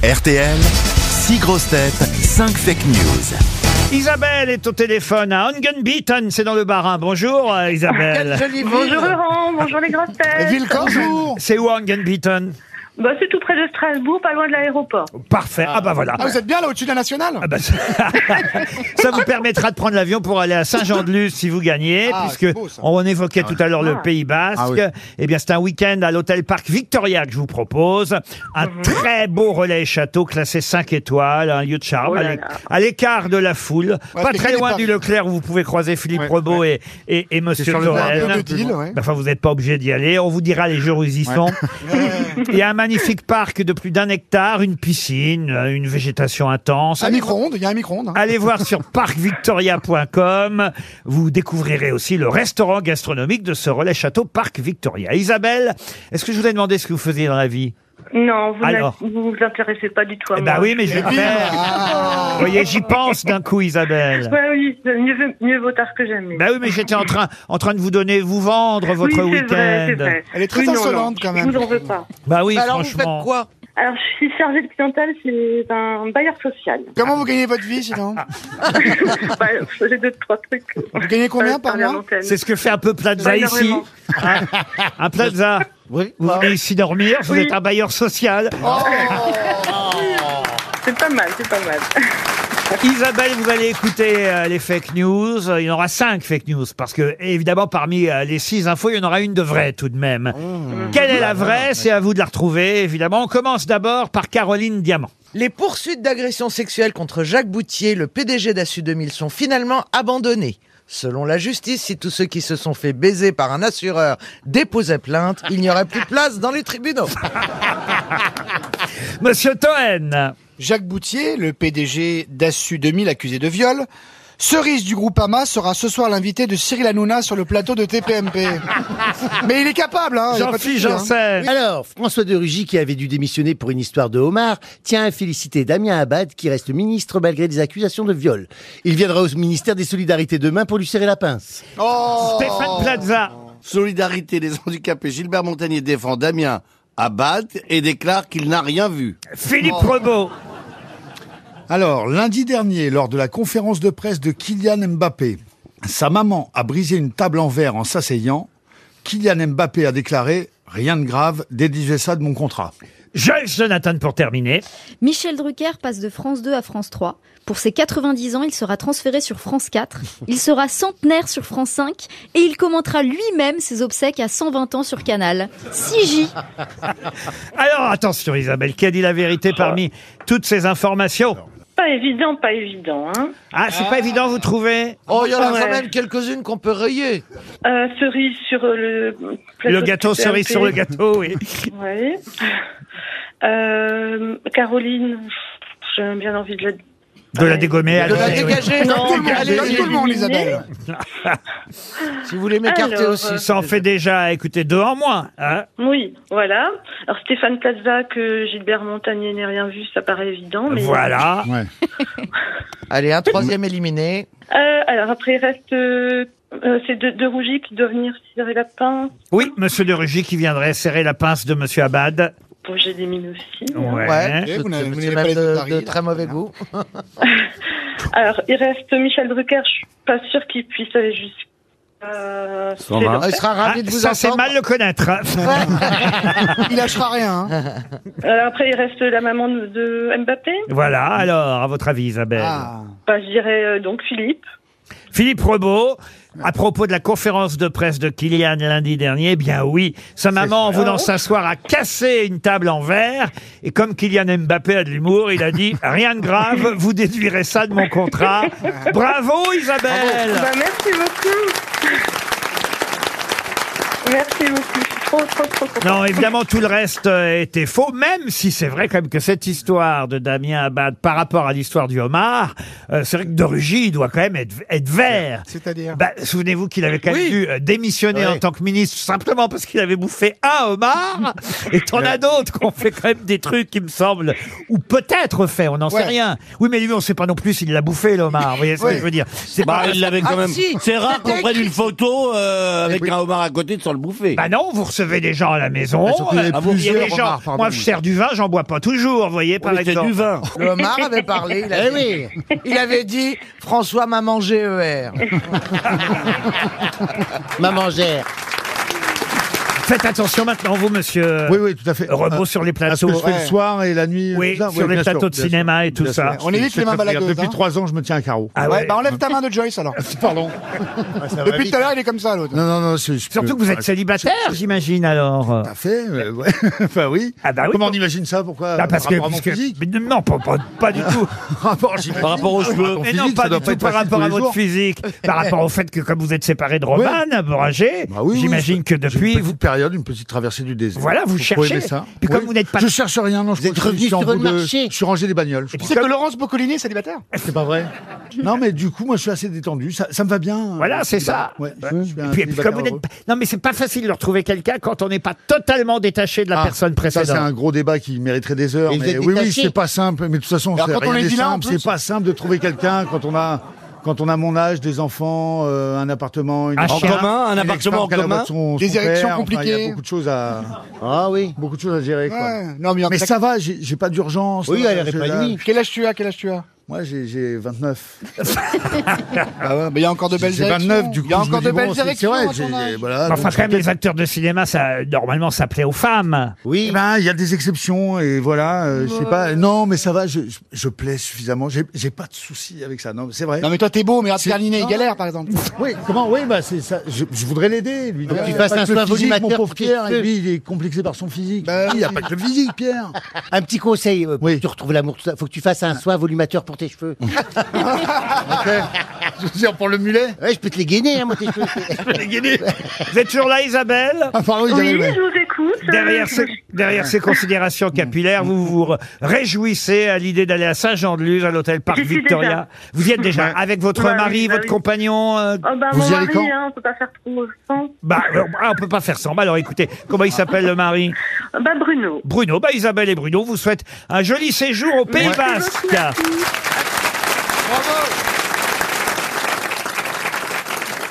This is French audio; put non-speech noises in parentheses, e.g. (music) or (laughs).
RTL, 6 grosses têtes, 5 fake news. Isabelle est au téléphone à Ongenbieten, c'est dans le Barin. Bonjour euh, Ah, Isabelle. Bonjour Laurent, bonjour les grosses têtes. C'est où Ongenbieten Bah, c'est tout près de Strasbourg, pas loin de l'aéroport. Parfait. Ah bah voilà. Ah, vous êtes bien là au-dessus de la nationale Ah bah, ça (laughs) ça vous permettra de prendre l'avion pour aller à Saint-Jean-de-Luz si vous gagnez, Ah, puisque c'est beau, ça. Ah on évoquait tout à l'heure Ah. le Pays Basque. Eh bien, c'est un week-end à l'hôtel Parc Victoria que je vous propose. Un Mhm. très beau relais château classé 5 étoiles, un lieu de charme, Oh là à l'é- là. à l'écart de la foule, Ouais, pas c'est très quel loin parc du Leclerc où vous pouvez croiser Philippe Ouais, Rebaud et, et, et Monsieur sur le bord Zorel. de Deauville, ouais. Enfin, vous n'êtes pas obligé d'y aller. On vous dira les jours où ils y sont. (laughs) Il y a un magnifique parc de plus d'un hectare, une piscine, euh, une végétation intense. Un Allez- micro-ondes, il y a un micro-ondes. hein. Allez voir sur parcvictoria.com. Vous découvrirez aussi le restaurant gastronomique de ce relais château Parc Victoria. Isabelle, est-ce que je vous ai demandé ce que vous faisiez dans la vie Non, vous Alors. n'êtes- vous vous intéressez pas du tout à Eh moi. ben oui, mais je vais Et le puis, faire. ah, Vous voyez, j'y pense d'un coup, Isabelle. Ouais, oui, mieux, vaut- mieux vaut tard que jamais. Ben oui, mais j'étais en train, en train de vous donner, vous vendre oui, votre c'est vrai, c'est week-end. vrai. Elle est très Oui, non, insolente, non, quand Je même. vous en veux pas. Bah oui, alors vous franchement. faites quoi Alors, je suis chargée de clientèle chez un bailleur (laughs) social. Comment vous gagnez votre vie sinon bah, j'ai deux, trois trucs. euh, Vous gagnez combien par mois C'est ce que fait un peu Plaza Pas ici. Bah, énormément. Hein un Plaza. Vous bah. venez ici dormir, vous Oui. êtes un bailleur social. C'est pas mal, c'est pas mal. Isabelle, vous allez écouter euh, les fake news. Il y en aura cinq fake news parce que, évidemment, parmi euh, les six infos, il y en aura une de vraie tout de même. Quelle est la vraie C'est à vous de la retrouver, évidemment. On commence d'abord par Caroline Diamant. Les poursuites d'agression sexuelle contre Jacques Boutier, le PDG d'Assu 2000, sont finalement abandonnées. Selon la justice, si tous ceux qui se sont fait baiser par un assureur déposaient plainte, il n'y aurait plus de place dans les tribunaux. Monsieur Toen, Jacques Boutier, le PDG d'Assu 2000 accusé de viol. Cerise du groupe Hamas sera ce soir l'invité de Cyril Hanouna sur le plateau de TPMP. (laughs) Mais il est capable, hein. il y a pas de Jean-Philippe souci, hein. (laughs) Janssen. Alors, François de Rugy, qui avait dû démissionner pour une histoire de homard, tient à féliciter Damien Abad, qui reste ministre malgré des accusations de viol. Il viendra au ministère des Solidarités demain pour lui serrer la pince. Oh Stéphane Plaza. Solidarité des handicapés, Gilbert Montagnier défend Damien Abad et déclare qu'il n'a rien vu. Oh. Philippe Rebaud. Alors, lundi dernier, lors de la conférence de presse de Kylian Mbappé, sa maman a brisé une table en verre en s'asseyant. Kylian Mbappé a déclaré Rien de grave, déduisez ça de mon contrat. Joyce Jonathan pour terminer. Michel Drucker passe de France 2 à France 3. Pour ses 90 ans, il sera transféré sur France 4. Il sera centenaire sur France 5 et il commentera lui-même ses obsèques à 120 ans sur Canal. 6J. Alors, attention, Isabelle, qui a dit la vérité parmi toutes ces informations Pas évident, pas évident. Hein. Ah, c'est pas évident, vous trouvez Oh, il y en a Ouais. quand même quelques-unes qu'on peut rayer. Euh, cerise sur le... Ah. Le gâteau, cerise sur le gâteau, oui. Oui. Euh, Caroline, j'ai bien envie de la... De Ah, la dégommer. De la allez, oui. dégager. Comme tout le monde, allez-y. comme tout le monde, Isabelle. Si vous voulez m'écarter Alors, aussi. euh, Ça en fait déjà, écoutez, deux en moins. hein. Oui, voilà. Alors Stéphane Plaza, que Gilbert Montagnier n'ait rien vu, ça paraît évident. Mais... Voilà. Allez, un troisième éliminé. Euh, alors après, il reste... Euh, euh, c'est de, de Rougy qui doit venir tirer la pince. Oui, monsieur de Rugy qui viendrait serrer la pince de monsieur Abad. Bon, j'ai des mines aussi. Ouais. Eh, vous c'est- n'avez- c'est vous n'avez même pas les de- autres à de rayer, très là. mauvais goût. Alors, il reste Michel Drucker. Je suis pas sûre qu'il puisse aller jusqu'à... Euh, c'est Ah, Il sera Ah, ravi de vous ça, c'est entendre. mal le connaître. hein. Il lâchera rien. hein. Alors, après, il reste la maman de, de Mbappé. voilà, alors, à votre avis, Isabelle. Ah. Bah, je dirais euh, donc Philippe. Philippe Rebaud, à propos de la conférence de presse de Kylian lundi dernier, eh bien oui, sa maman, en voulant s'asseoir, a cassé une table en verre. Et comme Kylian Mbappé a de l'humour, il a dit « Rien de grave, vous déduirez ça de mon contrat. » Bravo, Isabelle Bah, merci beaucoup. Merci beaucoup. Je suis trop, trop, trop contente. Non, évidemment, tout le reste euh, était faux, même si c'est vrai quand même que cette histoire de Damien Abad par rapport à l'histoire du homard, euh, c'est vrai que de Rugy, il doit quand même être, être vert. C'est-à-dire Bah, Souvenez-vous qu'il avait quand même Oui. dû euh, démissionner Ouais. en tant que ministre simplement parce qu'il avait bouffé un (laughs) homard. Et t'en as d'autres qu'on fait quand même des trucs, il me semble, ou peut-être fait, on n'en sait Ouais. rien. Oui, mais lui, on ne sait pas non plus s'il l'a bouffé, l'homard. Vous voyez ce que Ouais. je veux dire C'est Bah, il l'avait quand Ah, même. si C'est rare C'était qu'on prenne écrit. une photo euh, avec oui. un homard à côté sur le le bouffer. Bah non, vous recevez des gens à la maison. Ah, surtout, il y avait Euh, il y a plusieurs, des gens. Omar, pardon. Moi, je sers du vin, j'en bois pas toujours, vous voyez, par Oui, c'est exemple. du vin. Le homard avait parlé. (laughs) Il Eh avait, il avait dit François m'a mangé (laughs) ER. Maman gère. Faites attention maintenant, vous, monsieur. Oui, oui, tout à fait. Ah, Repos Euh, sur les À ce que je plateaux. fais le soir et la nuit. Oui, tout ça. sur les bien plateaux de bien cinéma et tout bien ça. sûr. On Je évite sais les mains très bien. baladeuses, Depuis hein. trois ans, je me tiens à carreau. (laughs) Ah Ouais, Ah, ouais. bah enlève ta main de Joyce alors. Pardon. Depuis tout à l'heure, il est comme ça l'autre. Non, non, non. c'est- Ah, je peux- Surtout que vous êtes célibataire, j'imagine, alors. Tout à fait. euh, ouais. (laughs) Enfin, oui. Ah bah oui. Comment on imagine ça Pourquoi Ah, parce que, Par rapport à mon parce que- (laughs) physique. mais non, pas, pas- pas (laughs) du tout. Par rapport aux cheveux. Mais non, pas du tout par rapport à votre physique. Par rapport au fait que, comme vous êtes séparé de Roman, Boranger, Bah oui, oui, j'imagine je- que j'ai depuis, une vous, petite période, une petite traversée du désert. Voilà, vous Faut- faut cherchez. aimer ça. Puis comme vous n'êtes pas- Je cherche rien, non. Je êtes je suis revenu en sur le bout de- marché. Je suis rangé des bagnoles. je Et puis crois. C'est que Laurence Boccolini est célibataire C'est pas vrai. Non, mais du coup, moi, je suis assez détendu. Ça, ça me va bien. Voilà, Euh, c'est je suis ça. pas- ouais, je suis un Et puis, et puis célibataire comme vous heureux. n'êtes pas- Non, mais c'est pas facile de retrouver quelqu'un quand on n'est pas totalement détaché de la Ah, personne Ça, c'est un précédente. gros débat qui mériterait des heures. Et vous Mais êtes oui, oui, détaché. c'est pas simple. Mais de toute façon, Alors, c'est quand rien on est n'est vilain, en simple. plus. C'est pas simple de trouver quelqu'un quand on a. Quand on a mon âge, des enfants, euh, un appartement, une Un chien. un appartement en commun. Des érections Il y compliquées. a beaucoup de choses à, Ah oui. beaucoup de choses à gérer. quoi. Ouais. Non mais, en Mais fait, ça va, j'ai j'ai pas d'urgence. Oui, euh, elle est j'ai la- épanouie. Quel âge tu as Quel âge tu as Moi, j'ai- j'ai 29. Bah ouais, mais il y a encore de belles J'ai érections. 29, du coup. Il y a je me encore dis, de bon, belles c'est- érections C'est à vrai, j'ai- ton âge. voilà. Enfin, donc, quand même, les acteurs de cinéma, ça, normalement, ça plaît aux femmes. Eh Oui. ben, il y a des exceptions et voilà, euh, je sais pas. Non, mais ça va, je, je, je plais suffisamment. J'ai j'ai pas de soucis avec ça. Non, c'est vrai. Non mais toi t'es beau, mais C'est- Pierre Ninet il Non. galère par exemple. Oui, comment Oui, bah c'est ça. Je, je voudrais l'aider. Lui, tu Il a fasses pas un que le soin physique, volumateur, Mon pauvre qu'est-ce Pierre, que- et lui, il est complexé par son physique. Bah Ben il n'y a pas que le physique, Pierre. Un petit conseil euh, pour Oui. que tu retrouves l'amour. tout ça. Faut que tu fasses un soin volumateur pour tes cheveux. Je veux dire pour le mulet. Ouais, je peux te les gainer, hein, moi, tes cheveux. Vous êtes toujours là, Isabelle Ah, pardon, Oui, j'avais- je vous écoute. Euh, Derrière je ces, derrière ces Mm. considérations capillaires, vous vous réjouissez à l'idée d'aller à Saint-Jean-de-Luz, à l'hôtel Parc J'y suis Victoria. déjà. Vous y êtes déjà avec votre Ouais, mari, oui, bah votre oui. compagnon euh, Oh bah Vous mon y allez mari, quand hein, on peut pas faire trop sans. bah, alors, ah, on peut pas faire sans. Bah, alors écoutez, comment il s'appelle le mari Bah Bruno. Bruno. Bah, Isabelle et Bruno vous souhaitent un joli séjour au Pays Merci Basque. beaucoup, merci. Bravo